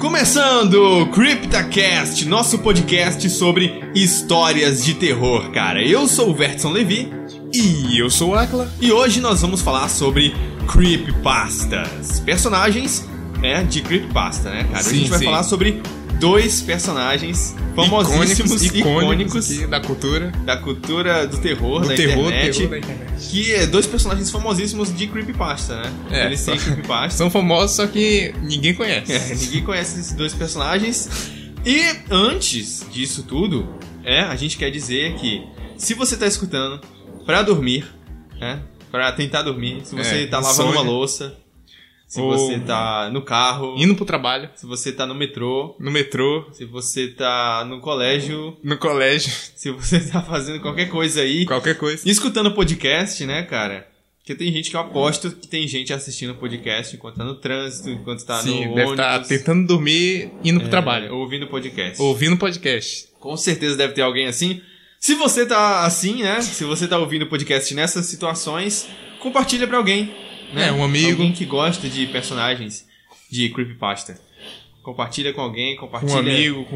Começando o CryptaCast, nosso podcast sobre histórias de terror, cara. Eu sou o Vertson Levi E eu sou o Acla. e hoje nós vamos falar sobre creepypastas. Personagens, né, de creepypasta, né, cara? hoje a Sim, gente vai sim. falar sobre dois personagens famosíssimos, Icônicos, icônicos, aqui da cultura. da cultura do terror, Do da terror, internet. terror né? da internet. Que é dois personagens famosíssimos de creepypasta, né? É, Eles têm só- creepypasta. São famosos, só que ninguém conhece. É, ninguém conhece esses dois personagens. E antes disso tudo, é, a gente quer dizer que se você tá escutando pra dormir, é, pra tentar dormir, se você É, tá lavando insônia. uma louça, se Ou- você tá no carro, Indo pro trabalho, se você tá no metrô, no metrô, se você tá no colégio, no colégio, se você tá fazendo qualquer coisa aí, qualquer coisa. e escutando podcast, né, cara? Porque tem gente que eu aposto que tem gente assistindo podcast enquanto tá no trânsito, enquanto tá Sim, no deve ônibus. estar tentando dormir, indo pro É, trabalho. Ouvindo podcast. Ouvindo podcast. Com certeza deve ter alguém assim. Se você tá assim, né? Se você tá ouvindo podcast nessas situações, compartilha pra alguém. Né? É, um amigo. Alguém que gosta de personagens de creepypasta. Compartilha com alguém, Com compartilha um amigo, com,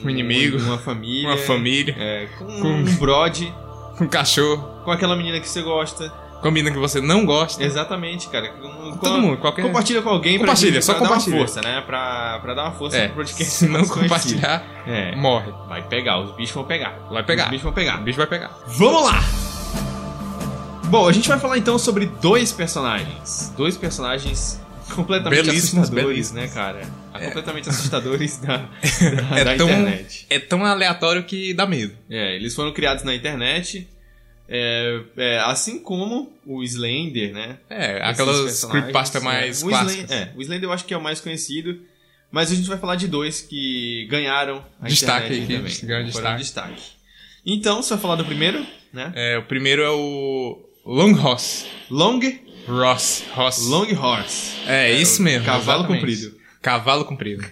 com um inimigo, uma família, uma família, é, com, com- um brode, com um cachorro, com aquela menina que você gosta. com a menina que você não gosta. Exatamente, cara. Com- Com com a- todo mundo, qualquer... Compartilha com alguém pra, Compartilha, gente- só pra compartilha. dar uma força, né? Pra, pra dar uma força É, pro podcast. se não mais conhecido. compartilhar, É. morre. Vai pegar, os bichos vão pegar. Vai pegar. Os bichos vão pegar. O bicho vai pegar. Vamos lá! Bom, a gente vai falar então sobre dois personagens. Dois personagens completamente Belíssimos, assustadores, né, cara? Completamente assustadores da, da, É da tão- internet. É tão aleatório que dá medo. É, eles foram criados na internet. é, é, assim como o Slender, né? É, Esses aquelas personagens, creepypasta né? mais o clássicas. Slender, é, o Slender eu acho que é o mais conhecido. Mas a gente vai falar de dois que ganharam a Destaque, internet que também. ganharam Foram destaque. Então, você vai falar do primeiro, né? É, o primeiro é o Long Horse. Long Ross. Ross. Long Horse. É, isso o mesmo. Cavalo exatamente. comprido. Cavalo comprido.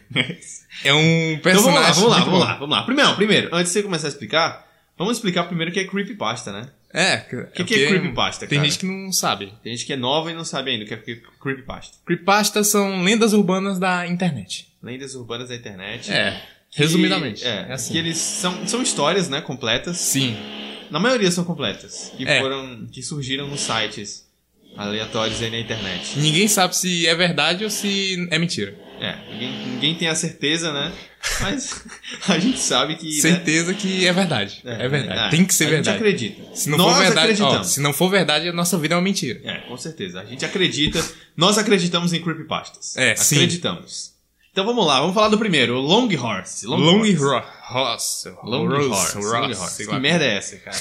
é um Então personagem. vamos lá, vamos lá, muito vamos bom. lá, vamos lá. Primeiro, primeiro, antes de você começar a explicar, vamos explicar primeiro o que é creepypasta, né? É, O que, que é creepypasta, Tem cara? gente que não sabe. Tem gente que é nova e não sabe ainda o que é cre- creepypasta. Creepypastas são lendas urbanas da internet. Lendas urbanas da internet. É, Que- resumidamente. É, É, assim. Que eles são, são histórias, né, completas. Sim, Na maioria são completas. Que É. foram. que surgiram nos sites aleatórios aí na internet. ninguém sabe se é verdade ou se é mentira. É, ninguém, ninguém tem a certeza, né? Mas a gente sabe que. né, Certeza que é verdade. É, verdade. é, Tem que ser a verdade. gente acredita. Se não Nós for verdade, ó, acreditamos. se não for verdade, a nossa vida é uma mentira. É, com certeza. A gente acredita. Nós acreditamos em creepypastas. É, sim. Acreditamos. Então vamos lá, vamos falar do primeiro, o Long Horse. Long Horse. Horse. Long Rose, Horse. Ross, Long Horse. sei Que lá. merda é essa, cara?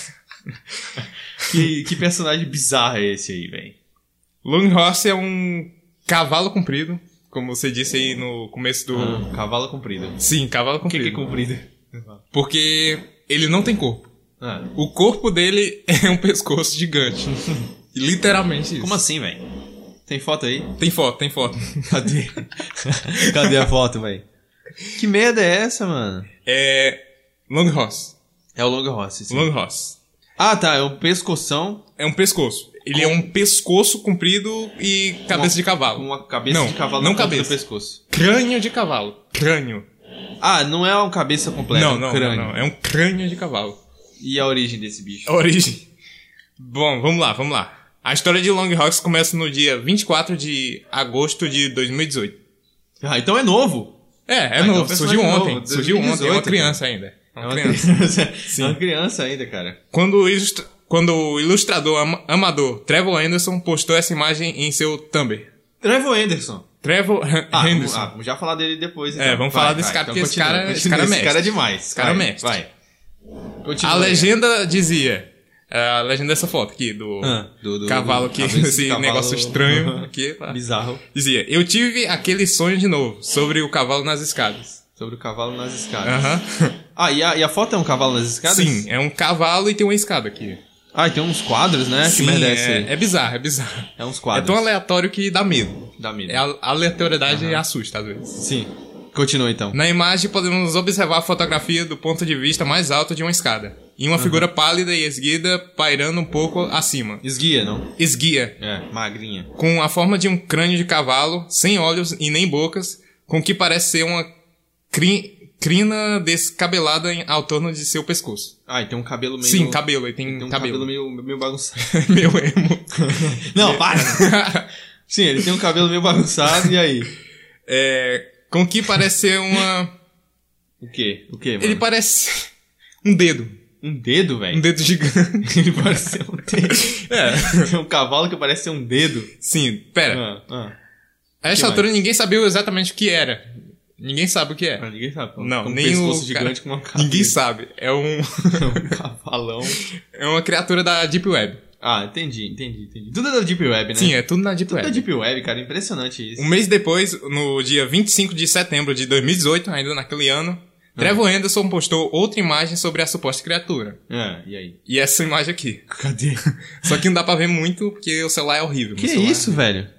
que, que personagem bizarro é esse aí, velho? Long Horse é um cavalo comprido, como você disse aí no começo do. Cavalo comprido. O Sim, cavalo Ah. que, que é comprido. comprido? Porque ele não tem corpo. Ah, O corpo dele é um pescoço gigante. Literalmente isso. como assim, velho? Tem foto aí? Tem foto, tem foto. Cadê? Cadê a foto, velho? Que merda é essa, mano? É. Long Horse. É o Long Horse. sim. Long Horse. Ah, tá. É um pescoção É um pescoço. Ele é um pescoço comprido e cabeça de com cavalo. uma cabeça Não, de cavalo não no ponto do cabeça. pescoço. Crânio de cavalo. Crânio. Ah, não é uma cabeça completa, é Não, um não, crânio. não, não. É um crânio de cavalo. E a origem desse bicho? A origem. Bom, vamos lá, vamos lá. A história de Long Hawks começa no dia 24 de agosto de 2018. Ah, então é novo. É, é então novo, personagem surgiu novo, ontem. Surgiu ontem, é 2018, uma criança ainda. É É uma uma criança. criança, Sim. é uma criança ainda, cara. Quando o, ilustra- Quando o ilustrador am- amador Trevor Anderson postou essa imagem em seu Tumblr. Trevor Anderson. Trevor Han- Ah, vamos, Anderson. ah, vamos já falar dele depois. então. É, vamos falar desse cara, porque esse cara- esse cara é esse mestre. cara é demais. Esse cara é vai, mestre. Vai. Continua, a aí. legenda dizia... A legenda dessa foto aqui, do Ah, do- do- cavalo do- aqui, cabeça de esse cavalo. negócio estranho aqui. tá? Bizarro. Dizia, eu tive aquele sonho de novo, sobre o cavalo nas escadas. Sobre o cavalo nas escadas. Aham. Ah, e a, e a foto é um cavalo nas escadas? Sim, é um cavalo e tem uma escada aqui. Ah, e tem uns quadros, né? Sim, que merda é essa aí? é, é bizarro, é bizarro. É uns É quadros. tão aleatório que dá medo. Da mina. É, a a aleatoriedade assusta, às vezes. Sim. Continua então. Na imagem podemos observar a fotografia do ponto de vista mais alto de uma escada. E uma figura pálida e esguia pairando um pouco acima. Esguia, não? Esguia, É, magrinha. com a forma de um crânio de cavalo, sem olhos e nem bocas, com o que parece ser uma cri- crina descabelada em, ao torno de seu pescoço. Ah, e tem um cabelo meio. Sim, cabelo, ele tem, Tem um cabelo cabelo. meio, meio bagunçado. Meu emo. Não, para! Sim, ele tem um cabelo meio bagunçado, e aí? É, com o que parece ser uma. O quê? O quê, mano? Ele parece um dedo. Um dedo, velho? Um dedo gigante. Ele parece ser um dedo. É. Tem um cavalo que parece ser um dedo. Sim, pera. Ah, ah. A essa que altura ninguém sabia exatamente o que era. Ninguém sabe o que é. Ah, ninguém sabe. Não, Tem um nem pescoço o gigante com uma cabeça. Ninguém sabe. É um. um cavalão. É uma criatura da Deep Web. Ah, entendi, entendi, entendi. Tudo é da Deep Web, né? Sim, é tudo na Deep Tudo da Web. Deep Web, cara. Impressionante isso. Um mês depois, no dia 25 de setembro de 2018, ainda naquele ano, Ah. Trevor Henderson postou outra imagem sobre a suposta criatura. Ah, e aí? E essa imagem aqui. Cadê? Só que não dá pra ver muito porque o celular é horrível. Que Meu celular- isso, velho?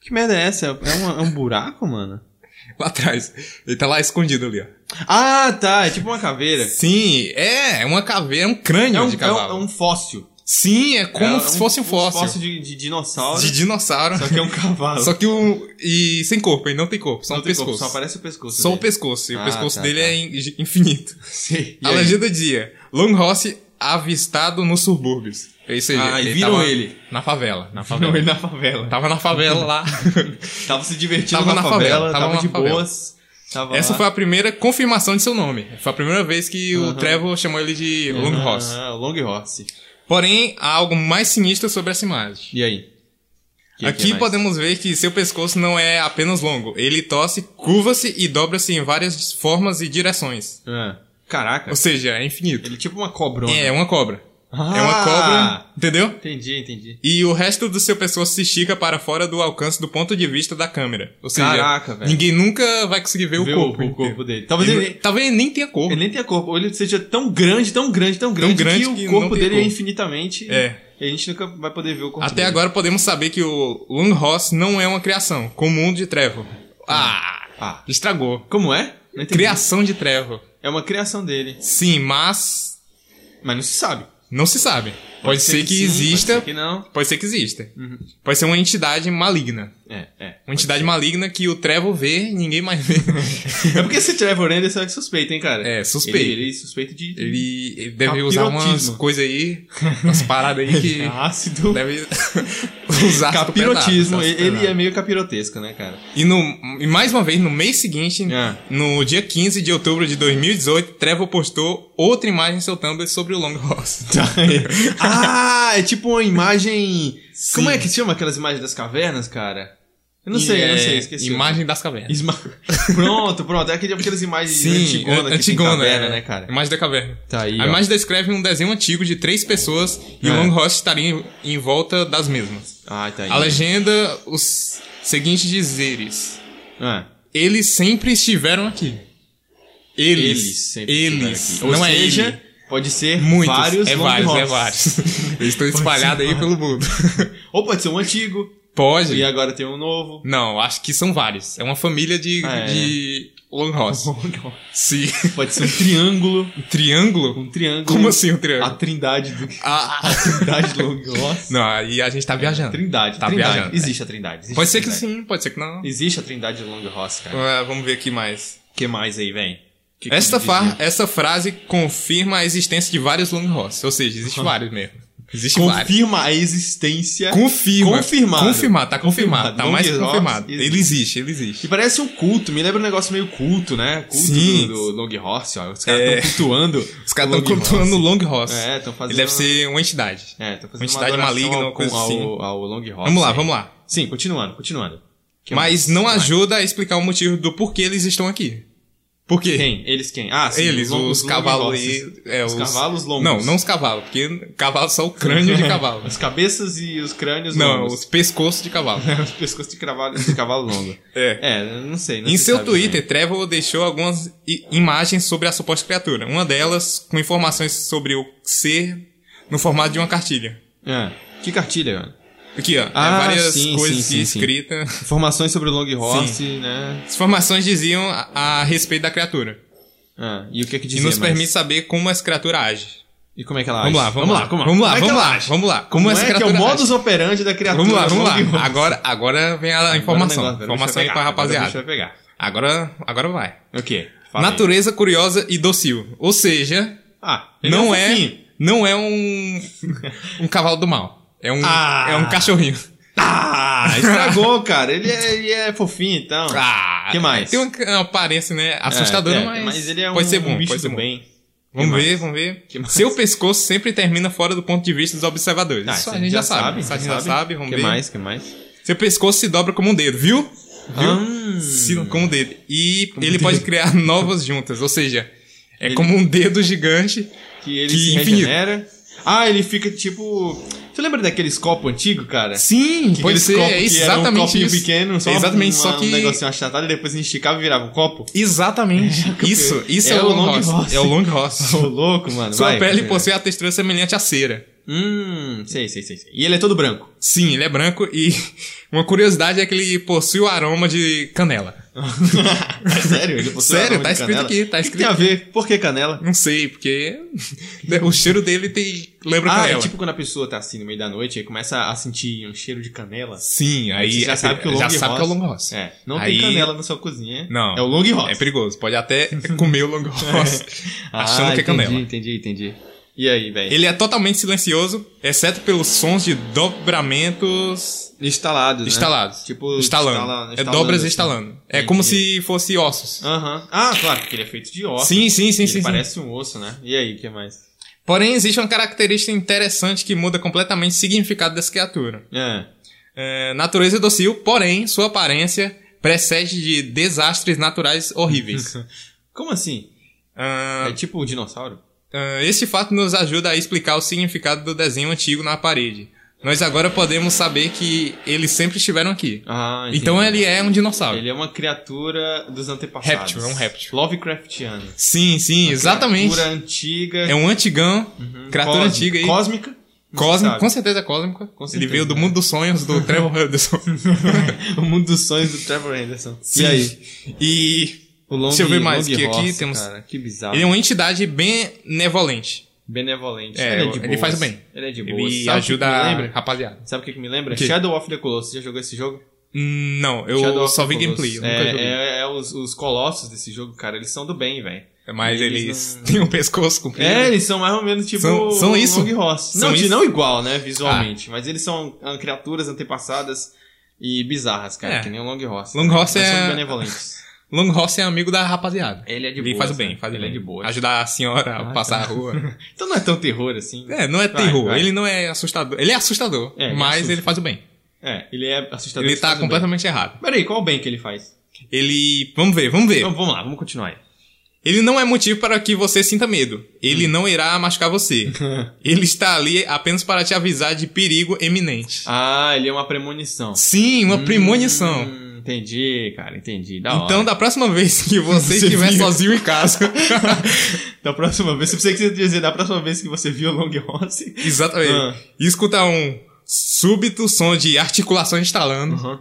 Que merda é essa? É, uma- é um buraco, mano? Lá atrás. Ele tá lá escondido ali, ó. Ah, tá. É tipo uma caveira. Sim, é é uma caveira, é um crânio É um, de é um, cavalo. é um fóssil. Sim, é como É se fosse um fóssil. fóssil de, de dinossauro. de dinossauro. Só que é um cavalo. Só que o. E sem corpo, ele não tem corpo, só Não um tem corpo, pescoço. Só aparece o pescoço. Só um o dele. pescoço. E o Ah, pescoço tá, dele tá. é in- infinito. Sim. E a aí? legenda do dia. Long Rossi avistado nos subúrbios. É isso aí. Ah, e viram tava ele. Na favela. Na Não, ele na favela. Tava na favela lá. Tava se divertindo Tava na, na favela, favela, tava, tava de na favela. boas. Tava Essa lá. foi a primeira confirmação de seu nome. Foi a primeira vez que o Aham. Trevor chamou ele de Long Rossi. Ah, Long Horse. Porém, há algo mais sinistro sobre essa imagem. E aí? Que- que Aqui mais? podemos ver que seu pescoço não é apenas longo. Ele tosse, curva-se e dobra-se em várias formas e direções. Ah, caraca. Ou seja, é infinito. Ele é tipo uma cobrona. É uma cobra. É uma Ah! cobra, entendeu? Entendi, entendi. E o resto do seu pescoço se estica para fora do alcance do ponto de vista da câmera. Ou seja, Caraca, velho. ninguém nunca vai conseguir ver Vê o corpo. o corpo inteiro. dele. Talvez Ele- ele, talvez ele nem tenha corpo. ele nem tenha corpo. Ou ele seja tão grande, tão grande, tão grande, grande que, que o não corpo tem dele é corpo. infinitamente. É. E a gente nunca vai poder ver o corpo Até dele. agora podemos saber que o Long Ross não é uma criação, comum de Trevor. Ah, Ah, estragou. como é? Não entendi. Criação de Trevor. É uma criação dele. Sim, mas Mas não se sabe. Não se sabe. Pode, ser, que, sim, exista. Pode ser que não. Uhum. exista. Pode ser uma entidade maligna. É, é. Uma entidade maligna que o Trevor vê e ninguém mais vê. É porque se Trevor Anderson é suspeito, hein, cara? É, suspeito. Ele, ele é suspeito de... ele, ele deve usar umas Capirotismo. coisas aí, umas paradas aí de que ácido. deve usar. tá Capirotismo. pra Ele, pesar, ele é pra pesar. meio capirotesco, né, cara? E, no, e mais uma vez, no mês seguinte, Ah. no dia 15 de outubro de 2018, Trevor postou outra imagem em seu Tumblr sobre o Long Horse. ah, Tá, é tipo uma imagem... Sim. Como é que se chama aquelas imagens das cavernas, cara? Eu não sei, eu não sei, esqueci. é Imagem das cavernas. Isma... é Pronto, pronto. É aquele- aquelas imagens antigona, que tem caverna, é. né, cara? Imagem da caverna. Tá aí, a ó. imagem descreve um desenho antigo de três pessoas e o É. Long Ross estaria em, em volta das mesmas. Ah, tá aí. A legenda, os seguintes dizeres. Ah. Eles sempre estiveram aqui. Eles. Eles sempre Eles. estiveram aqui. Ou Não é seja, ele. pode ser Muitos. vários é long vários, é hops. vários. Eles estão espalhados aí pelo mundo. Ou pode ser um antigo, Pode. e agora tem um novo. Não, acho que são vários. É uma família de, Ah, é. de Long Ross. Sim. pode ser um triângulo. triângulo? Um triângulo. Como assim um A triângulo? trindade do... Ah, ah. A trindade Longos. Não, aí a gente tá viajando. Trindade, Tá trindade. viajando. Existe a trindade. existe Pode a ser que trindade. sim, pode ser que não. Existe a trindade de Long Ross, cara. Ah, vamos ver aqui mais. O que mais aí, vem? Que que Esta, diz fa- aí? essa frase confirma a existência de vários long horses, ou seja, existe vários mesmo. Existe vários. Confirma a existência. Confirma. Confirmado. Confirmar, tá confirmado. Confirmado. Tá mais que Long Horse confirmado. existe. Ele existe, ele E existe. parece um culto, me lembra um negócio meio culto, né? Culto Sim. do, do Long Horse, ó. Os caras estão É. cultuando. Os caras Long estão controlando o long horse. É, tão fazendo- Ele deve ser uma entidade. É, tô fazendo Entidade uma adoração maligna, ao, uma coisa ao, assim. ao Long Horse. Vamos lá, aí. vamos lá. Sim, continuando, continuando. Que mais? Mas não Que mais? ajuda a explicar o motivo do porquê eles estão aqui. Por quê? Quem? Eles quem? Ah, sim. Eles, long- os, long cavalos horses. aí. é, os, cavalos longos. Não, não os cavalos, porque cavalo é só o crânio de cavalo. As cabeças e os crânios Não, longos. os pescoços de cavalo. os pescoços de cavalo, de cavalo longo. É. É, não sei. não Em se seu sabe né? Twitter, Trevor deixou algumas i- imagens sobre a suposta criatura. Uma delas com informações sobre o ser no formato de uma cartilha. também. É. Que cartilha, mano? Aqui, ó. né, Ah, várias sim, coisas sim, sim, sim. escritas. Informações sobre o Long Horse, né? As informações diziam a, a respeito da criatura. Ah, e o que é que E dizia nos mais? permite saber como essa criatura age. E como é que ela Vamos lá, age? vamos lá. como- Vamos lá, como é que vamos ela lá, age? vamos lá. Como Como essa é que é criatura o age? modus operandi da criatura Vamos lá, do vamos Long Horse? lá. Agora, agora vem a Agora o informação. negócio- agora o bicho informação vai aí pra pegar, agora o bicho rapaziada. vai pegar. Agora, agora vai. Ok. fala aí. Natureza curiosa e docil. Ou seja, Ah, ele não um é, fofinho. não é um um cavalo do mal. É um Ah. é um cachorrinho. Ah, estragou, cara. Ele é, ele é fofinho, então. Ah, que mais? Tem uma, uma aparência, né, assustadora, É, é, mas, ele é um, pode ser um bom, bicho pode ser do bom. bem. Vamos Que ver, vamos ver. Que mais? Seu pescoço sempre termina fora do ponto de vista dos observadores. Ah, isso a gente Tá, já sabe. Isso a gente já sabe, vamos que ver. mais, que mais? Seu pescoço se dobra como um dedo, viu? Viu? Hum. Se, como um dedo. E ele pode criar novas juntas, ou seja, é como um dedo gigante. Que ele Que se infinito. regenera. Ah, ele fica tipo... Tu lembra daqueles copos antigos, cara? Sim, Que pode aqueles ser, copos é que era exatamente um copinho isso. É pequeno, só exatamente, uma- só que um negocinho achatado e depois esticava e virava um copo. Exatamente. isso, isso é, o long horse. É o long horse. Ô, louco, mano. Sua vai, pele continua. possui a textura semelhante à cera. Hum, sei, sei, sei, sei. E ele é todo branco. Sim, ele é branco e uma curiosidade é que ele possui o aroma de canela. É Sério? Ele possui Sério, aroma tá de escrito canela? aqui, tá O que que tem a ver? Por que canela? Não sei, porque o cheiro dele tem lembra Ah, canela. é tipo quando a pessoa tá assim no meio da noite e começa a sentir um cheiro de canela. Sim, aí Você já é- sabe que o já long sabe que é o horse- long horse. É, não Aí- tem canela na sua cozinha. Não. É o long horse. É perigoso, pode até comer o long horse achando Ah, que é canela. Entendi, entendi, entendi. E aí, velho? Ele é totalmente silencioso, exceto pelos sons de dobramentos Instalado, né? instalados. Tipo, estalando. instala- é instalando, dobras assim. instalando. É como Entendi. se fosse ossos. Aham. Ah, claro, porque ele é feito de osso. Sim, sim, sim, Ele sim. sim. parece um osso, né? E aí, o que mais? Porém, existe uma característica interessante que muda completamente o significado dessa criatura. É. É, natureza docil, porém, sua aparência precede de desastres naturais horríveis. Como assim? Ah, É tipo um dinossauro? ah, este fato nos ajuda a explicar o significado do desenho antigo na parede. Nós agora podemos saber que eles sempre estiveram aqui. Ah, entendi. Então ele é um dinossauro. Ele é uma criatura dos antepassados. Réptil, é um réptil. Lovecraftiano. Sim, sim, exatamente. Criatura antiga. É um antigão, Uhum. criatura Cósmica. antiga aí. Cósmica? Cósmico, com Sabe? certeza é cósmico. certeza, ele veio do né? mundo dos sonhos do Trevor Henderson. o mundo dos sonhos do Trevor Henderson. Sim. E aí? E O long, Deixa eu ver mais, long que aqui horse, temos- Cara, que bizarro. ele é uma entidade benevolente. Benevolente. É, ele, é de ele boas. faz bem. Ele é de boa. Ele Sabe o que ajuda que me a lembra? rapaziada. Sabe o que, que me lembra? O quê? Shadow of the Colossus. Você já jogou esse jogo? Hum, Não, eu Shadow of só the vi gameplay, Colossus. eu é, nunca joguei. É, é os, os colossos desse jogo, cara. Eles são do bem, velho. é, Mas Eles eles, não- têm um pescoço comprido. É, eles são mais ou menos tipo São- são o isso? Long Horse. São não, de isso? não igual, né, visualmente. Mas eles são ah, criaturas antepassadas e bizarras, cara. É. Que nem o Long Horse. Long Horse Mas é- são benevolentes. Long Horse é amigo da rapaziada. Ele é de boa. ele faz o bem, faz o Ele bem. é de boa. Ajudar a senhora a Ah, passar a rua. Então não é tão terror assim. É, não é Vai, terror, vai. ele não é assustador. Ele é assustador, É, ele mas assusta. ele faz o bem. É, ele é assustador. ele mas tá faz o bem. completamente errado. Peraí, qual o bem que ele faz? Ele, vamos ver, vamos ver. Então vamos lá, vamos continuar aí. Ele não é motivo para que você sinta medo. Hum. Ele não irá machucar você. ele está ali apenas para te avisar de perigo iminente. Ah, ele é uma premonição. Sim, uma premonição. Hum, entendi, cara, entendi. Da então, hora. da próxima vez que você Você estiver viu. sozinho em casa, Da próxima vez, se você quiser dizer da próxima vez que você viu o Long Horse. Exatamente. Ah. E escutar um súbito som de articulações instalando. Uhum.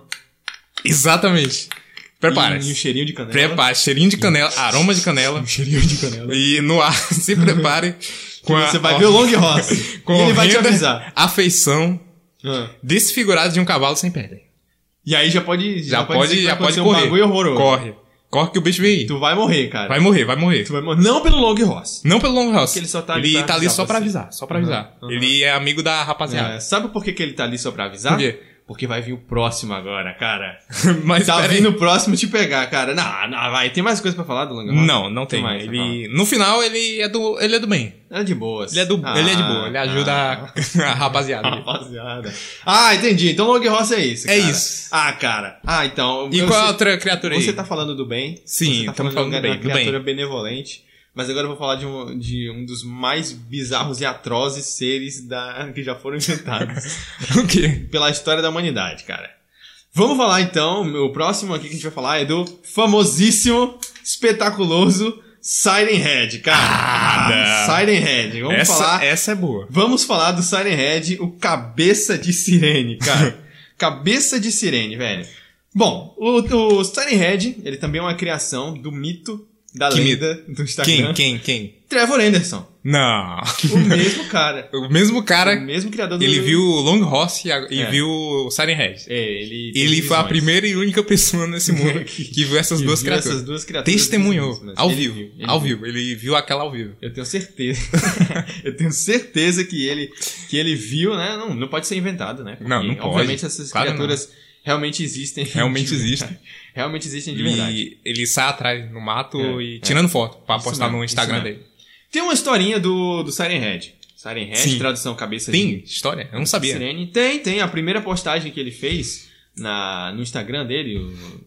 Exatamente. E um Prepare-se. cheirinho de canela. Prepare, cheirinho de canela, aroma de canela. Um cheirinho de canela. E no ar, se prepare com a, Tipo, você vai ó, ver o Long Horse. com e ele vai te horrenda avisar. Afeição Ah. desfigurada de um cavalo sem pele. E aí já pode. Já, pode, dizer que já vai pode acontecer correr. Um bagulho horroroso. Corre. Corre que o bicho vem aí. Tu vai morrer, cara. Vai morrer, vai morrer. Tu vai morrer. Não pelo Long Horse. Não pelo Long House. Porque ele só tá ali ele pra tá ali avisar só pra você. avisar, só pra Aham, avisar. aham. Ele é amigo da rapaziada. É, sabe por que, que ele tá ali só pra avisar? Por quê? Porque vai vir o próximo agora, cara. Mas Tá pera aí. vindo o próximo te pegar, cara. Não, não, vai. Tem mais coisa pra falar do Long Horse? Não, não tem. mais, ele, no final, ele é do, ele é do bem. É de boas. Ele é, do, ele é de boa, ele ajuda ah, a, a rapaziada. ali. Rapaziada. Ah, entendi. Então Long Horse é isso. É cara. isso. Ah, cara. Ah, então. E eu qual é a sei- outra criatura aí? Você tá falando do bem. Sim, você tá estamos falando, falando de uma- uma do bem, do bem. criatura benevolente. Mas agora eu vou falar de um, de um dos mais bizarros e atrozes seres da, que já foram inventados O quê? pela história da humanidade, cara. Vamos falar então, o próximo aqui que a gente vai falar é do famosíssimo, espetaculoso Siren Head, cara. Ah, não. Siren Head. Vamos essa, falar essa é boa. Vamos falar do Siren Head, o cabeça de sirene, cara. cabeça de sirene, velho. Bom, o, o Siren Head, ele também é uma criação do mito, da Que lenda do Instagram. Quem, quem, quem? Trevor Anderson. Não. O mesmo cara. O mesmo cara, o mesmo criador do ele viu o Long Horse e, a- e É. viu o Siren Head. É, ele. tem Ele foi a visões. primeira e única pessoa nesse mundo que viu essas Ele duas viu criaturas. Essas duas criaturas. né? Testemunhou, Ele ao viu, vivo, ele ao viu. vivo. Ele viu aquela ao vivo. Eu tenho certeza. eu tenho certeza que ele, que ele viu, né? Não, não pode ser inventado, né? Porque, Não, não pode. Obviamente essas Claro não. criaturas realmente existem. Realmente existe. realmente existem de verdade. Ele, ele sai atrás no mato É, e é. tirando foto pra Isso postar mesmo, no isso Instagram mesmo. dele. Tem uma historinha do, do Siren Head. Siren Head, Sim. tradução cabeça Tem de história? Eu não sabia. sirene. Tem, tem. A primeira postagem que ele fez na, no Instagram dele,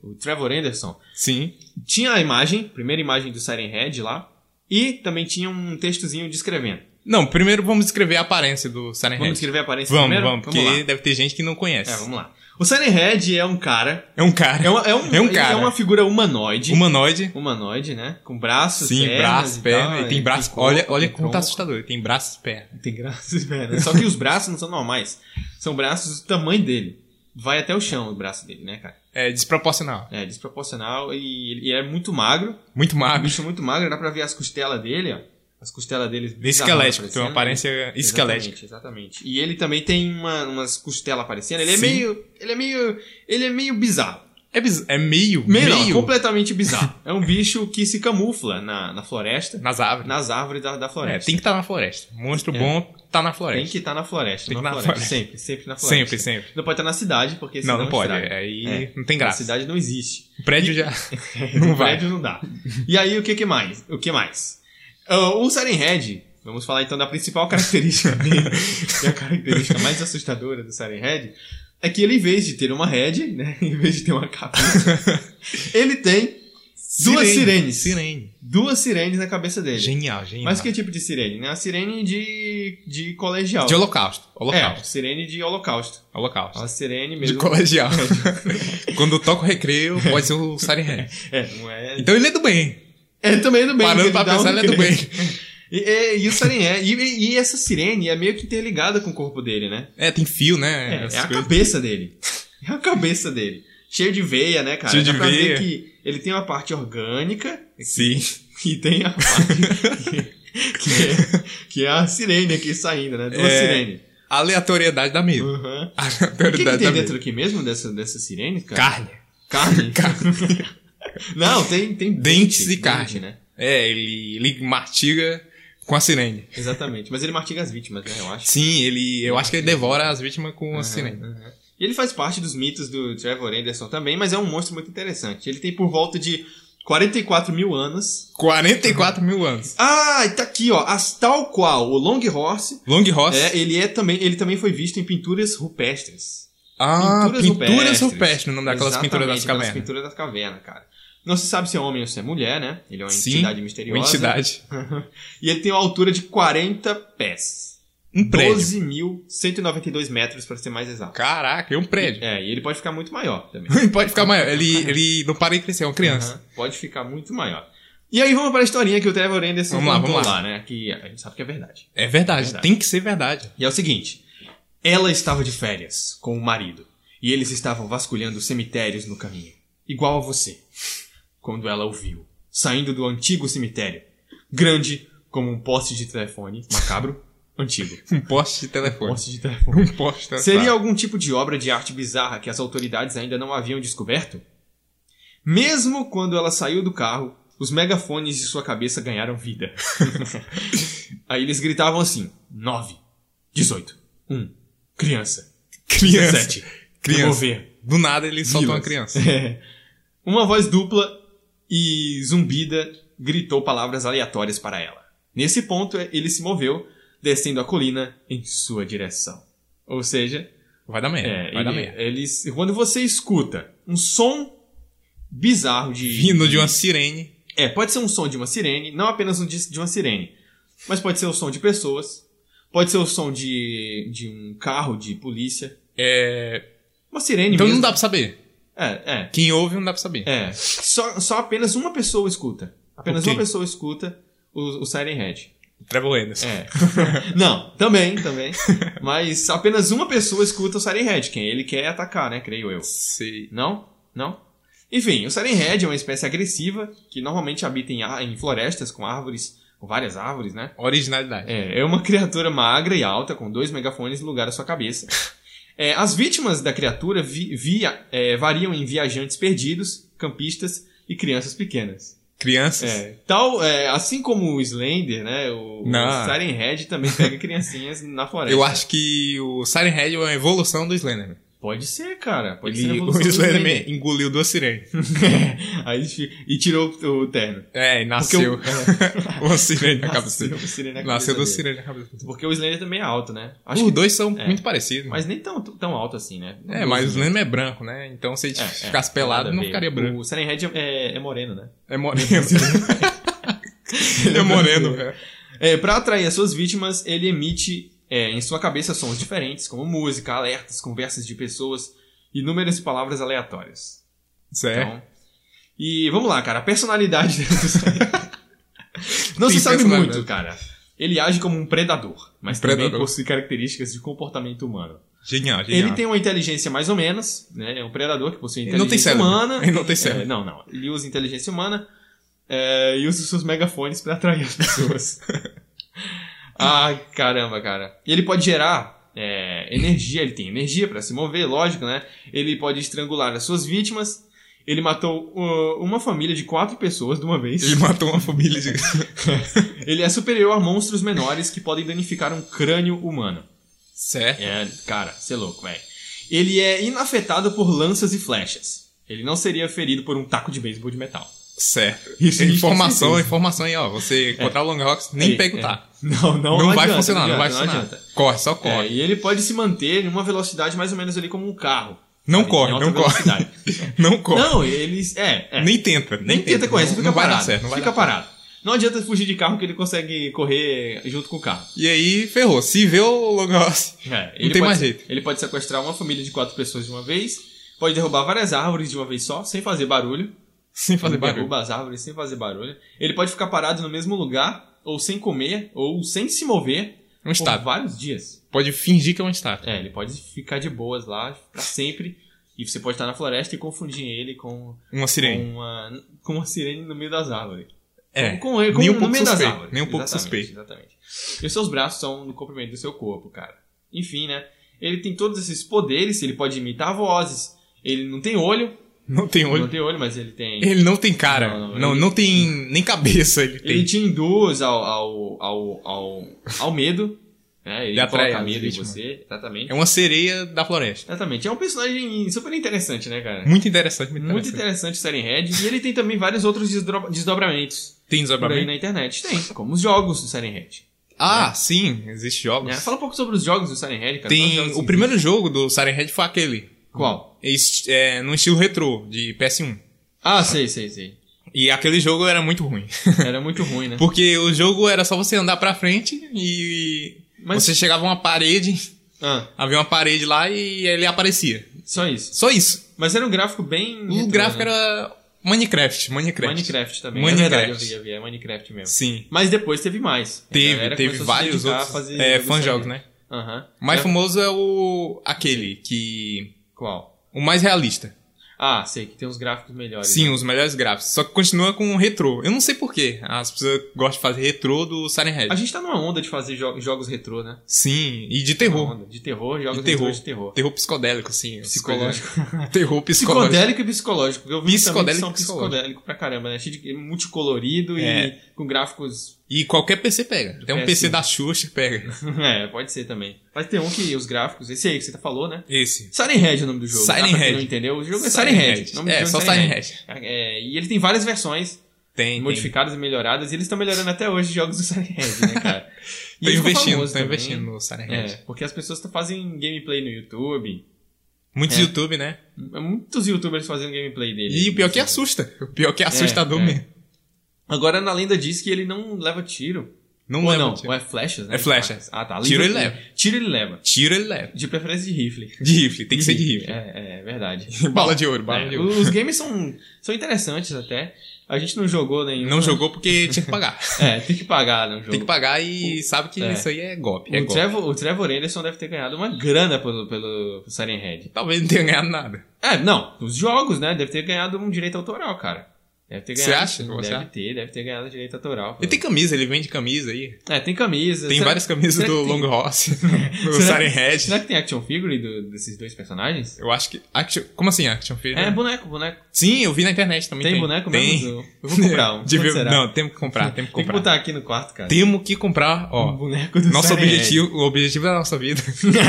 o, o Trevor Anderson, Sim. tinha a imagem, primeira imagem do Siren Head lá, e também tinha um textozinho descrevendo. Não, primeiro vamos descrever a aparência do Siren Vamos Head. escrever a aparência Vamos, primeiro? vamos, porque lá. deve ter gente que não conhece. É, vamos lá. O Siren Head é um cara. É um cara. É, uma- é um, É um ele cara. É uma figura humanoide. Humanoide. Humanoide, né? Com braços, Sim, pernas braço, e perna. tal, é, e tem braço. corpo, olha tem olha como tá tronco. assustador. Ele tem braços e perna. Tem braços e pernas. Só que os braços não são normais. São braços do tamanho dele. Vai até o chão o braço dele, né, cara? É desproporcional. É desproporcional e, e é muito magro. Muito O magro. bicho é muito magro, dá pra ver as costelas dele, ó. As costelas dele. bizarronas Esquelético. Tem uma aparecendo. né? aparência Exatamente, esquelética. exatamente. E ele também tem uma- umas costelas aparecendo. Ele é Sim. meio. Ele é meio. Ele é meio bizarro. É, biz... é meio, Meio, meio, não, completamente bizarro. é um bicho que se camufla na, na floresta, nas árvores. nas árvores da, da É, floresta. tem que estar na floresta. Monstro É. bom tá na Tem floresta. que estar na floresta. Tem que na tá na floresta. Sempre, sempre na floresta. Sempre, sempre. Não pode estar na cidade, porque senão Não, não pode. estraga. Aí É. não tem Na graça. cidade não existe. O prédio já No não vai. prédio não dá. E aí, o que, que mais? O que mais? Ah, o Siren Head, vamos falar então da principal característica dele, que é a característica mais assustadora do Siren Head, é que ele, em vez de ter uma head, né, em vez de ter uma cabeça, ele tem duas sirenes. Sirene. Duas sirenes na cabeça dele. Genial, genial. Mas que tipo de sirene? Né? A sirene de, de colegial. De holocausto. É, Holocausto. sirene de holocausto. É Holocausto. Uma sirene De mesmo. colegial. Quando toca o recreio, pode ser o Siren Head. É, não é... Então ele é do bem. É também é do bem. Parando pra dá um pensar, ele é do crê. bem. E, e- e o sirene é... E, e- e essa sirene é meio que interligada com o corpo dele, né? É, tem fio, né? É, é Essas a coisas. cabeça dele. É a cabeça dele. Cheio de veia, né, cara? Cheio de Dá pra veia. ver que ele tem uma parte orgânica Sim. e tem a parte... que- que, é, que é a sirene aqui saindo, né? Duas É. sirene. Aleatoriedade da mesa. Uhum. O que, que Aleatoriedade tem da mesa. dentro aqui mesmo dessa, dessa sirene, cara? Carne. Carne. Carne. Não, tem, tem Dentes dente, e carne. né? É, ele, ele mastiga com a sirene. Exatamente. Mas ele martiga as vítimas, né? Eu acho. Sim, ele. Eu acho que ele devora as vítimas com a Aham, sirene. aham. E ele faz parte dos mitos do Trevor Anderson também, mas é um monstro muito interessante. Ele tem por volta de 44 mil anos. 44 mil anos. Ah, e tá aqui, ó. As, tal qual o Long Horse, Long Horse. é, ele, é também, ele também foi visto em pinturas rupestres. Ah, Pinturas pinturas, rupestres. rupestres. o nome daquelas Exatamente, pinturas das aquelas cavernas. pinturas das cavernas, cara. Não se sabe se é homem ou se é mulher, né? Ele é uma Sim, entidade Uma misteriosa. entidade. E ele tem uma altura de 40 pés. Um prédio. 12.192 metros, pra ser mais exato. Caraca, é um prédio. É, e ele pode ficar muito maior também. Pode ficar maior. Ele, ele não para de crescer, é uma criança. Aham, Pode ficar muito maior. E aí vamos para a historinha que o Trevor Anderson Vamos lá, contou vamos lá. né? Que a gente sabe que é verdade. É verdade, Verdade. tem que ser verdade. E é o seguinte. Ela estava de férias com o marido. E eles estavam vasculhando cemitérios no caminho. Igual a você. Quando ela o viu. Saindo do antigo cemitério. Grande como um poste de telefone. Macabro. antigo. Um poste de telefone. Poste de telefone. Um poste de telefone. Seria algum tipo de obra de arte bizarra que as autoridades ainda não haviam descoberto? Mesmo quando ela saiu do carro, os megafones de sua cabeça ganharam vida. Aí eles gritavam assim: 9, 18, 1, criança, criança. 17, Criança. remover. Do nada ele solta uma vilas." criança. É. Uma voz dupla e zumbida gritou palavras aleatórias para ela. Nesse ponto, ele se moveu, descendo a colina em sua direção. Ou seja, Vai dar merda. é, vai dar ele- merda. eles- quando você escuta um som bizarro de. Vindo de uma sirene. É, pode ser um som de uma sirene, não apenas um de, de uma sirene, mas pode ser o som de pessoas, pode ser o som de, de um carro de polícia, É... uma sirene Então não mesmo. dá pra saber. É, é, Quem ouve não dá pra saber. é. Só, só apenas uma pessoa escuta. Apenas Ok. uma pessoa escuta o, o Siren Head. Trevor Anderson. É. não, também, também. Mas apenas uma pessoa escuta o Siren Head, quem ele quer atacar, né? Creio eu. Sei. Não? Não? Enfim, o Siren Head é uma espécie agressiva que normalmente habita em, ar- em florestas com árvores com várias árvores, né? Originalidade. É, é uma criatura magra e alta, com dois megafones no lugar da sua cabeça. É, as vítimas da criatura vi- via- é, variam em viajantes perdidos, campistas e crianças pequenas. Crianças. É, tal, é, assim como o Slender, né? O, Não. o Siren Head também pega criancinhas na floresta. Eu acho que o Siren Head é uma evolução do Slenderman. Pode ser, cara. Pode ser a Ele, o evolução do Slenderman engoliu duas sirenes. Slender. Aí, fi- e tirou o o terno. É, Porque e nasceu né? o- é, uma sirene na cabeça nasceu dele. o Sirene na cabeça Nasceu duas dele. sirenes na cabeça dele. Porque o Slender também é alto, né? Acho Os que- dois são é. muito parecidos. Mas nem tão, tão alto assim, né? É, mas o Slenderman é branco, né? Então se ele ficasse É, nada pelado, a não ver. ficaria branco. O Siren Head é, é moreno, né? É moreno. Ele é moreno, velho. É, pra atrair as suas vítimas, ele emite é, em sua cabeça sons diferentes, como música, alertas, conversas de pessoas e números e palavras aleatórias. Certo. Então, e vamos lá, cara. A personalidade dessa Então, Não Tem se sabe personalidade. muito, cara. Ele age como um predador, mas Um também predador. possui características de comportamento humano. Genial, genial. Ele tem uma inteligência mais ou menos, né? É um predador que possui Ele não tem inteligência cérebro. humana. Ele não tem É, cérebro. não, não. Ele usa inteligência humana é, e usa os seus megafones pra atrair as pessoas. ah, caramba, cara. E ele pode gerar é, energia, ele tem energia pra se mover, lógico, né? Ele pode estrangular as suas vítimas. Ele matou uh, uma família de quatro pessoas de uma vez. Ele matou uma família de... Ele é superior a monstros menores que podem danificar um crânio humano. Certo. É, cara, você é louco, velho. Ele é inafetado por lanças e flechas. Ele não seria ferido por um taco de beisebol de metal. Certo. Isso a gente informação, tem informação aí, ó. Você encontrar o Long Rocks, nem É, pega o é. taco. Não, não, Não, vai adianta, funcionar, não vai adianta, funcionar. adianta. corre, só É, corre. e ele pode se manter em uma velocidade mais ou menos ali como um carro. Não sabe? corre, Em alta não corre. velocidade. Não corre. Não, eles. É, é. Nem tenta, nem, Nem tenta correr, não, você fica não vai parado. dar certo, não vai fica dar parado. Não adianta fugir de carro que ele consegue correr junto com o carro. certo. E aí, ferrou. Se vê o Long Rocks... É, ele tem pode- mais jeito. Ele pode sequestrar uma família de quatro pessoas de uma vez, pode derrubar várias árvores de uma vez só, sem fazer barulho. Sem fazer Ele barulho. Derruba as árvores sem fazer barulho. Ele pode ficar parado no mesmo lugar, ou sem comer, ou sem se mover Um por estátua. vários dias. Pode fingir que é uma estátua. É, ele pode ficar de boas lá pra sempre. E você pode estar na floresta e confundir ele com, Uma sirene. com, uma, com uma sirene no meio das árvores. É. com, com, nem um no pouco meio das suspeito, árvores. nem um pouco suspeito. Exatamente. E os seus braços são no comprimento do seu corpo, cara. Enfim, né? Ele tem todos esses poderes, ele pode imitar vozes. Ele não tem olho, Não tem olho. não tem olho, mas ele tem. Ele não tem cara. Não, Não, não, não, tem nem cabeça. Ele tem. Ele te induz ao, ao, ao, ao, ao medo, né? Ele, Ele atrai coloca as medo em vítimas. você, exatamente. É uma sereia da floresta. Exatamente. É um personagem super interessante, né, cara? Muito interessante, muito, Muito Hum, interessante interessante. o Siren Head. E ele tem também vários outros desdro- desdobramentos por Tem aí desabamento? na internet. Tem, como os jogos do Siren Head. Ah, sim, existe jogos. né? Fala um pouco sobre os jogos do Siren Head, cara. Quais Tem. jogos O que- primeiro jogo do Siren Head foi aquele. Qual? Est- É, num estilo retrô, de PS1. Ah, sei, sei, sei. E aquele jogo era muito ruim. Era muito ruim, né? Porque o jogo era só você andar pra frente e. Mas- Você chegava a uma parede, Ah, havia uma parede lá e ele aparecia. só isso. Só isso. Mas era um gráfico bem. O retrô, gráfico né? era Minecraft, Minecraft. Minecraft também. É Minecraft. verdade, eu vi, eu vi. É Minecraft mesmo. Sim. Mas depois teve mais. A Teve, galera teve começou a se vários dedicar outros a fazer é, jogos fãs-jogos, sério. né? Aham. O mais É, famoso é o aquele que Qual? o mais realista. Ah, sei que tem uns gráficos melhores. Sim, os melhores gráficos. Só que continua com o retrô. Eu não sei porquê. As pessoas gostam de fazer retrô do Siren Head. A gente tá numa onda de fazer jo- jogos retrô, né? Sim, e de Uma terror. onda de terror, jogos De terror. retrô de terror. Terror psicodélico, assim. as Psicológico. coisas- terror psicológico. Psicodélico e psicológico. porque Eu vi Psicodélico psicodélico são e psicológico. psicodélico pra caramba, né? Cheio de multicolorido É. e com gráficos. E qualquer PC pega. Até um PS1. PC da Xuxa pega. é, pode ser também. Mas tem um que os gráficos. Esse aí que você tá falou, né? Esse. Siren Head é o nome do jogo. Siren tá? Pra quem Head. não entendeu? O jogo é Siren Siren Head. Head. O nome do É, jogo só Siren Head. É, e ele tem várias versões. Tem. tem. modificadas e melhoradas, e eles estão melhorando até hoje os jogos do Siren É, Head, né, cara? E Tô ele ficou investindo, famoso tô também. investindo no Siren Head. É, porque as pessoas tão- fazem gameplay no YouTube. Muitos É. YouTube, né? Muitos youtubers fazendo gameplay dele. E o pior é que assusta. O pior que é assustador é. mesmo. Agora na lenda diz que ele não leva tiro. Não Ou leva não, tiro. ou é flechas, né? É flechas. Ah, tá. Tiro ele Lembra- Tiro ele leva. Tiro ele leva. De preferência de rifle. De rifle, tem que ser de rifle. É, é verdade. Bala de ouro, bala É, de ouro. os games são, são interessantes até. A gente não jogou nenhum. Não jogou porque tinha que pagar. É, tem que pagar no jogo. Tem que pagar e sabe que É. isso aí é golpe. É O golpe. Trevor, o Trevor Anderson deve ter ganhado uma grana pelo, pelo Siren Head. Talvez não tenha ganhado nada. É, não, os jogos, né? Deve ter ganhado um direito autoral, cara. Deve ter Você ganhado. acha? Você Deve acha? ter, deve ter ganhado direito autoral. Ele tem camisa, ele vende camisa aí. É, tem camisa. Tem Será- várias camisas será do que tem- Long Horse, do Será- Siren Head. Será que tem action figure do- desses dois personagens? Eu acho que. Action... Como assim, Action Figure? É, boneco, boneco. Sim, eu vi na internet também. Tem, boneco tem. mesmo? Eu vou comprar um. De Quanto ver- será? Não, temos que comprar, temos que Tem que comprar. botar aqui no quarto, cara. Temos que comprar, ó. um boneco do Nosso Siren Head. objetivo, o objetivo da nossa vida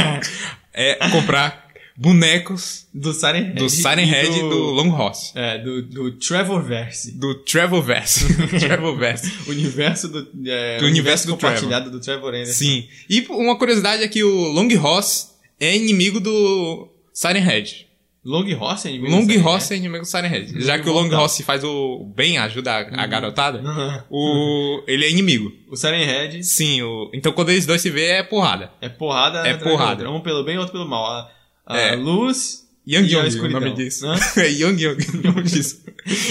é comprar bonecos Do Siren Head. do Siren e Head É, e do Long Horse. É, do, do Trevor Verse. Do Travelverse. Travelverse. Universo do. é, Do universo do compartilhado do Trevor Anderson. Sim. E uma curiosidade é que o Long Horse é inimigo do Siren Head. Long Horse é inimigo Long do Siren Horse é inimigo do Siren Head. Já que o Long Horse Uhum. faz o bem, ajuda a, a garotada, Head? o, ele é inimigo. O Siren Head Sim, o- então quando eles dois se vê é porrada. é porrada. É atrás da outra. porrada. Um pelo bem, outro pelo mal. A, a É. luz. Yang E a Yang, é o escuridão, nome disso. né? É Yang Yang, o nome disso.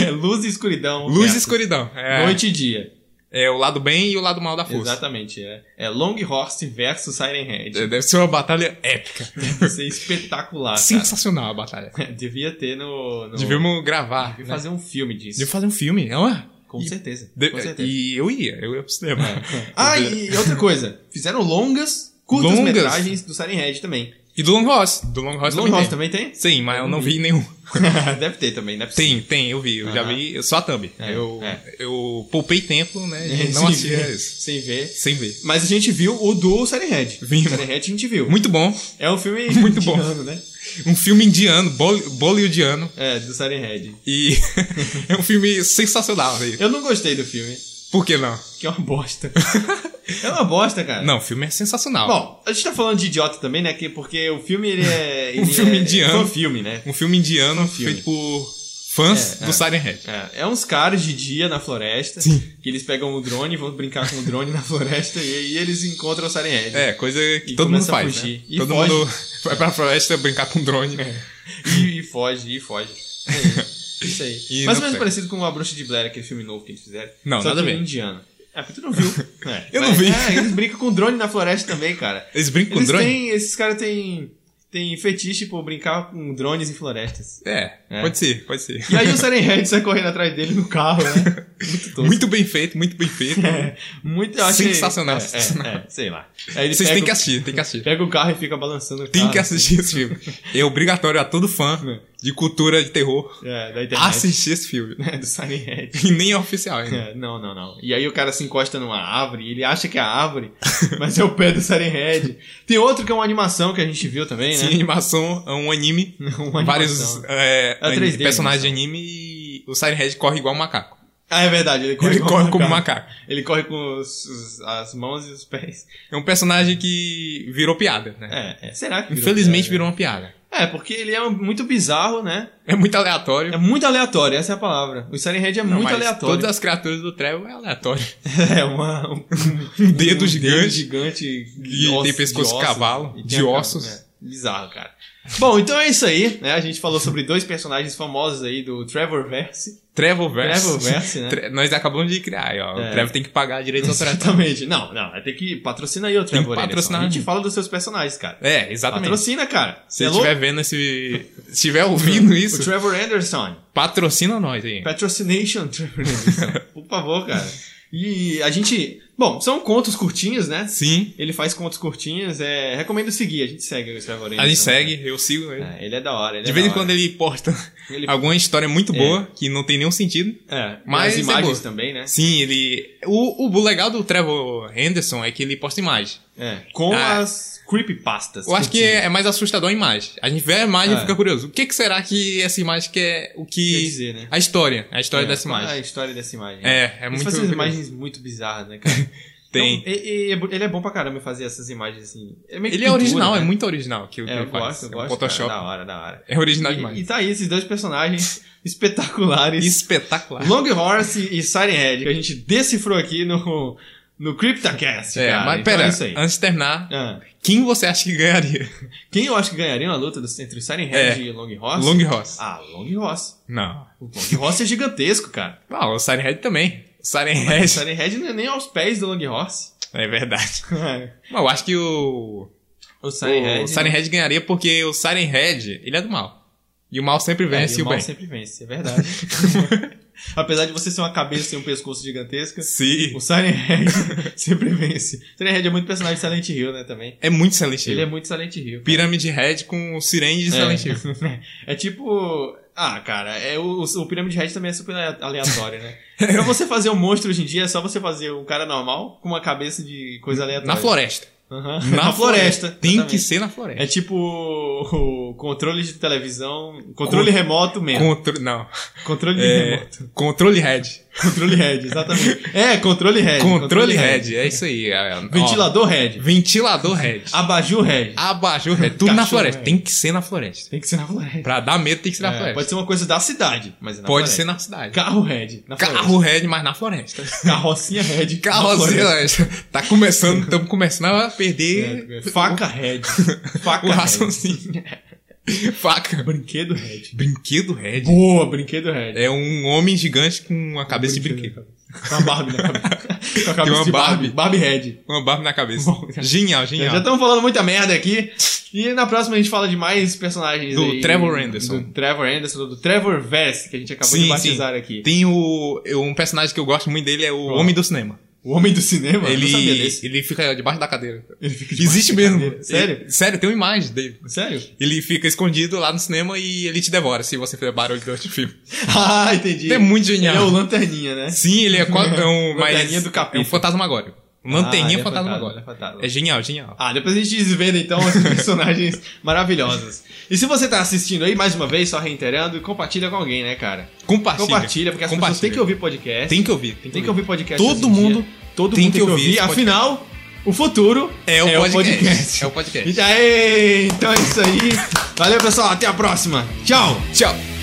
É luz e escuridão. Luz e versus escuridão. É. Noite e dia. É o lado bem e o lado mal da força. Exatamente. É, é Long Horse versus Siren Head. É, Deve ser uma batalha épica. Deve ser espetacular. Ah, cara. Sensacional a batalha. Devia ter no. no... Devíamos gravar. devia né? fazer um filme disso. Devíamos fazer um filme. não é? Com E- certeza. de- Com certeza. E eu ia, eu ia pro cinema. Ah, e e outra coisa. Fizeram longas, curtas Longas? metragens do Siren Head também. E do Long Ross. Do Long Ross Long também. Horse também tem. tem? Sim, mas eu não vi nenhum. Deve ter também, né? Tem, tem, eu vi. Eu já Aham. vi eu- só a thumb. É, eu, é. eu poupei tempo, né? E não Sem assistia ver. isso. Sem ver. Sem ver. Mas a gente viu o do Siren Head. Vimos. O Siren Head a gente viu. Muito bom. É um filme Uhum. Muito bom. indiano, né? Um filme indiano, bol- bollywoodiano. É, do Siren Head. E é um filme sensacional. né? Eu não gostei do filme, Por que não? que é uma bosta. é uma bosta, cara. Não, o filme é sensacional. Bom, a gente tá falando de idiota também, né? que- Porque o filme, ele é... Um ele filme é, indiano. Foi um filme, né? Um filme indiano Um filme. feito por fãs É, do é. Siren Head. É, é uns caras de dia na floresta, que eles pegam o drone, vão brincar com o drone na floresta e aí eles encontram o Siren Head. É, coisa que E todo mundo começa a faz. fugir. né? E Todo foge. É. mundo vai pra floresta brincar com drone. E, e foge, e foge. É isso aí. E Mais não ou menos pega. parecido com a Bruxa de Blair, aquele filme novo que eles fizeram. Não, só nada que a ver. indiano. É, porque tu não viu. É, Eu não mas- vi. É, eles brincam com drone na floresta também, cara. Eles brincam com Eles drone? têm, esses caras têm, têm fetiche por brincar com drones em florestas. É, É. pode ser, pode ser. E aí o Siren Head sai correndo atrás dele no carro, né? Muito tosco. Muito bem feito, muito bem feito. É. Muito, eu achei- Sensacional. É, é, é, sei lá. Aí ele Vocês pega o- têm Ah, que assistir, tem que assistir. Pega o carro e fica balançando o Tem carro, assim. que assistir esse filme. É obrigatório a todo fã de cultura de terror assim, É, da É. internet. assistir esse filme. né, do Sunny Head. E nem é oficial ainda. É, não, não, não. E aí o cara se encosta numa árvore, e ele acha que é a árvore, mas é o pé do Sunny Head. Tem outro que é uma animação que a gente viu também, Sim, né? animação, é um anime, Uma vários animação. é, É 3D, personagens de anime e o Siren Head corre igual um macaco. Ah, é verdade, ele corre, Ele com corre como um uma... macaco. Ele corre com os- os- as mãos e os pés. É um personagem que virou piada, né? É, é. será que. virou Infelizmente piada, virou uma piada. né? É, porque ele é um- muito bizarro, né? É muito aleatório. É muito aleatório, essa é a palavra. O Sunny Head é Não, muito mas aleatório. Todas as criaturas do Trevor é aleatório. É, uma, um, Um dedo dedo gigante. gigante E tem pescoço de cavalo, e de tem a cara, ossos. né? Bizarro, cara. Bom, então é isso aí, né? A gente falou sobre dois personagens famosos aí do Trevor Verse. Trevorverse. Trevorverse, né? Tre- Nós acabamos de criar, aí, ó. É. O Trevor tem que pagar direitos autorais. Exatamente. Não, não, vai ter que patrocinar aí o que Trevor. Anderson. patrocinar. A gente fala dos seus personagens, cara. É, exatamente. Patrocina, cara. Se Você é estiver louco? vendo esse. Se estiver ouvindo O isso, Trevor Anderson. patrocina nós aí. Patrocination, Trevor Anderson. Por favor, cara. E a gente. Bom, são contos curtinhos, né? Sim. Ele faz contos curtinhos. É... Recomendo seguir. A gente segue o Trevor Anderson. A gente segue, eu sigo ele. É, ele é da hora. ele De é vez da em hora. É. quando ele posta Ele- alguma história muito boa, que não tem nenhum sentido. É, Mas mas é imagens boa. também, né? Sim, ele. O, o legal do Trevor Henderson é que ele posta imagem. É, com Ah. as creepypastas. Eu acho que tinha. é mais assustador a imagem. A gente vê a imagem e É. fica curioso. O que, que será que essa imagem quer. O Quer que. dizer, né? é A história. A história É, dessa qual é A imagem. história dessa imagem. É, é Eles muito fazem umas curioso. imagens muito bizarras, né, cara? Tem. Então, e- e- é bo- ele é bom pra caramba fazer essas imagens assim. meio que Ele é pintura, original, né? é muito original que o que É, eu ele faz. gosto, eu É um gosto. Photoshop. cara, da hora, da hora. É original E, demais. e tá aí esses dois personagens espetaculares. Espetacular. Long Horse e Siren Head, que a gente decifrou aqui no, no CryptaCast, É, cara. mas Então pera, é isso aí. antes de terminar, Ah, quem você acha que ganharia? quem eu acho que ganharia uma luta dos- entre Siren Head e Long Horse? É. Long Ross. Ah, Long Horse. Não. O Long Horse é gigantesco, cara. Ah, o Siren Head também. O Siren O Head. Siren Head não é nem aos pés do Long Horse. É verdade. Mas eu acho que o. o Siren o Head. Siren Head ganharia porque o Siren Head, ele é do mal. E o mal sempre É, vence e o, o mal bem. sempre vence, é verdade. Apesar de você ser uma cabeça e um pescoço gigantesca, Sim. o Silent Head sempre vence. Silent Head é muito personagem de Silent Hill, né, também. É muito Silent Ele Hill. é muito Silent Hill. cara. Pirâmide Red com sirene de Silent Hill. É tipo. Ah, cara, é o, o Pyramid Head também é super aleatório, né? pra você fazer um monstro hoje em dia, é só você fazer um cara normal com uma cabeça de coisa aleatória. Na floresta. Aham. Na, floresta. Tem que É. exatamente. ser na floresta. É tipo o controle de televisão, controle remoto mesmo. Contro... Não. Controle É, remoto. Controle Red. Controle head, exatamente. É, controle head. Controle Red. É isso aí. é, ó. Ventilador head. Ventilador Red. Abajur head. Abaixo Red. Tudo na Cachorro floresta. Red. Tem que ser na floresta. Tem que ser na floresta. Pra dar medo, tem que ser na É, floresta. pode Pode, ser uma coisa da cidade, mas é na floresta. ser na cidade. Carro head. Na floresta. Carro Red, mas na floresta. Carrocinha head. na Carrozinho, floresta. tá começando, estamos começando a perder É, Faca head. Faca o head. raciocínio. É. Faca. Brinquedo head. Brinquedo Red. Boa, brinquedo head. É um homem gigante com a cabeça de brinquedo. Com a Barbie na cabeça. Com a cabeça uma de Barbie. Barbie. Barbie head. Uma barba na cabeça. Bom, Genial, É, Já genial. estamos falando muita merda aqui. E na próxima a gente fala de mais personagens Do aí. Trevor Anderson. Do Trevor Anderson, do Trevor Verse, que a gente acabou de Sim, batizar aqui. Tem o. eu- Um personagem que eu gosto muito dele é o Homem do Cinema. O Homem do Cinema? Eu não sabia Ele, desse. ele fica debaixo da cadeira. Ele fica de Existe baixo da mesmo. cadeira. Sério? Ele- sério, tem uma imagem dele. Sério? Ele fica escondido lá no cinema e ele te devora se você fizer barulho durante o filme. Ah, entendi. É muito genial. Ele é o Lanterninha, né? Sim, ele é, qual- é um. mas Lanterninha do capeta. É um fantasma agora. Ah, ele Lanterninha é fantasma fantasma, agora. ele é É, fantasma. genial, genial. Ah, depois a gente desvenda então esses personagens maravilhosos. E se você tá assistindo aí, mais uma vez, só reiterando, compartilha com alguém, né, cara? Compartilha. Compartilha, porque as pessoas têm que ouvir podcast. Tem que ouvir. Tem, que ouvir podcast. Todo hoje em mundo dia. Todo tem mundo que tem que ouvir ouvir. esse podcast. Afinal, o futuro É o podcast. É o E podcast. aí, então é isso aí. Valeu, pessoal. Até a próxima. Tchau. Tchau.